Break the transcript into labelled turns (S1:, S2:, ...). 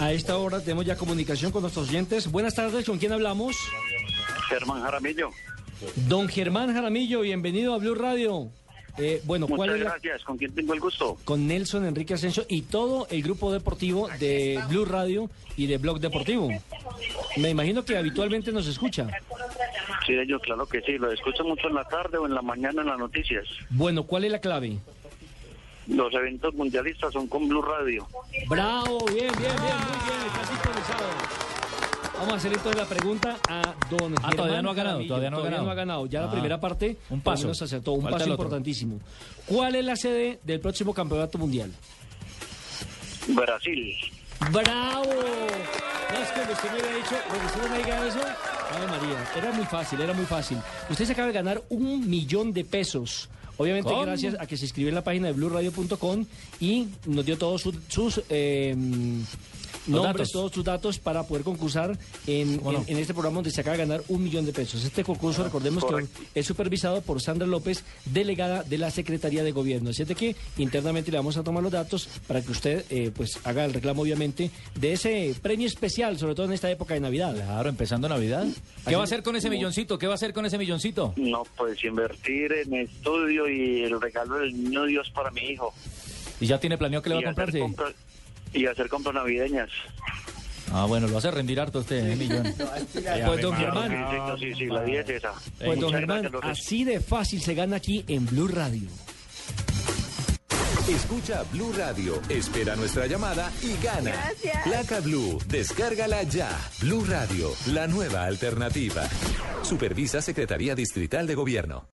S1: A esta hora tenemos ya comunicación con nuestros oyentes. Buenas tardes, ¿con quién hablamos?
S2: Germán Jaramillo.
S1: Don Germán Jaramillo, bienvenido a Blue Radio. Eh, bueno, ¿cuál
S2: Muchas
S1: es la-
S2: gracias. ¿Con quién tengo el gusto?
S1: Con Nelson Enrique Asensio y todo el grupo deportivo de Blue Radio y de Blog Deportivo. Me imagino que habitualmente nos escucha.
S2: Sí, yo claro que sí. Lo escucho mucho en la tarde o en la mañana en las noticias.
S1: Bueno, ¿cuál es la clave?
S2: Los eventos mundialistas son con Blue Radio.
S1: Bravo, bien, bien, bien, muy bien, está sintonizado. Vamos a hacer entonces la pregunta a don
S3: Ah, todavía
S1: Germán
S3: no ha ganado,
S1: Jaramillo.
S3: todavía no ha ganado.
S1: Ya la
S3: Ah,
S1: primera parte,
S3: un
S1: por lo
S3: paso.
S1: menos acertó, un
S3: Falta
S1: paso
S3: el otro.
S1: importantísimo. ¿Cuál es la sede del próximo campeonato mundial?
S2: Brasil.
S1: ¡Bravo! No, es que cuando usted me había dicho, cuando usted me diga eso, Ave María, era muy fácil, era muy fácil. Usted se acaba de ganar un millón de pesos. Obviamente
S3: ¿Cómo?
S1: gracias a que se inscribió en la página de blueradio.com y nos dio todos sus, sus, eh, nombres,
S3: datos.
S1: todos sus datos para poder concursar en,
S3: ¿Cómo no?
S1: en- en este programa donde se acaba de ganar un millón de pesos. Este concurso, recordemos
S2: correcto.
S1: que es supervisado por Sandra López, delegada de la Secretaría de Gobierno. Así es de que internamente le vamos a tomar los datos para que usted eh, pues haga el reclamo, obviamente, de ese premio especial, sobre todo en esta época de Navidad.
S3: Claro, empezando Navidad. ¿Qué va a hacer con ese milloncito? ¿Qué va a hacer con ese milloncito?
S2: No, pues invertir en estudio y el regalo del niño Dios para mi hijo.
S3: ¿Y ya tiene planeado que le va
S2: y
S3: a comprar?
S2: hacer
S3: Sí.
S2: compras- y hacer compras navideñas.
S3: Ah, bueno, lo hace rendir harto usted, el millón.
S1: Pues, don
S2: Claro,
S1: Germán,
S2: sí, sí, sí, sí, la idea es esa.
S1: pues, don
S2: Muchas
S1: Germán,
S2: gracias, López.
S1: así de fácil se gana aquí en Blue Radio.
S4: Escucha Blue Radio, espera nuestra llamada y gana.
S5: Gracias.
S4: Placa Blue, descárgala ya. Blue Radio, la nueva alternativa. Supervisa Secretaría Distrital de Gobierno.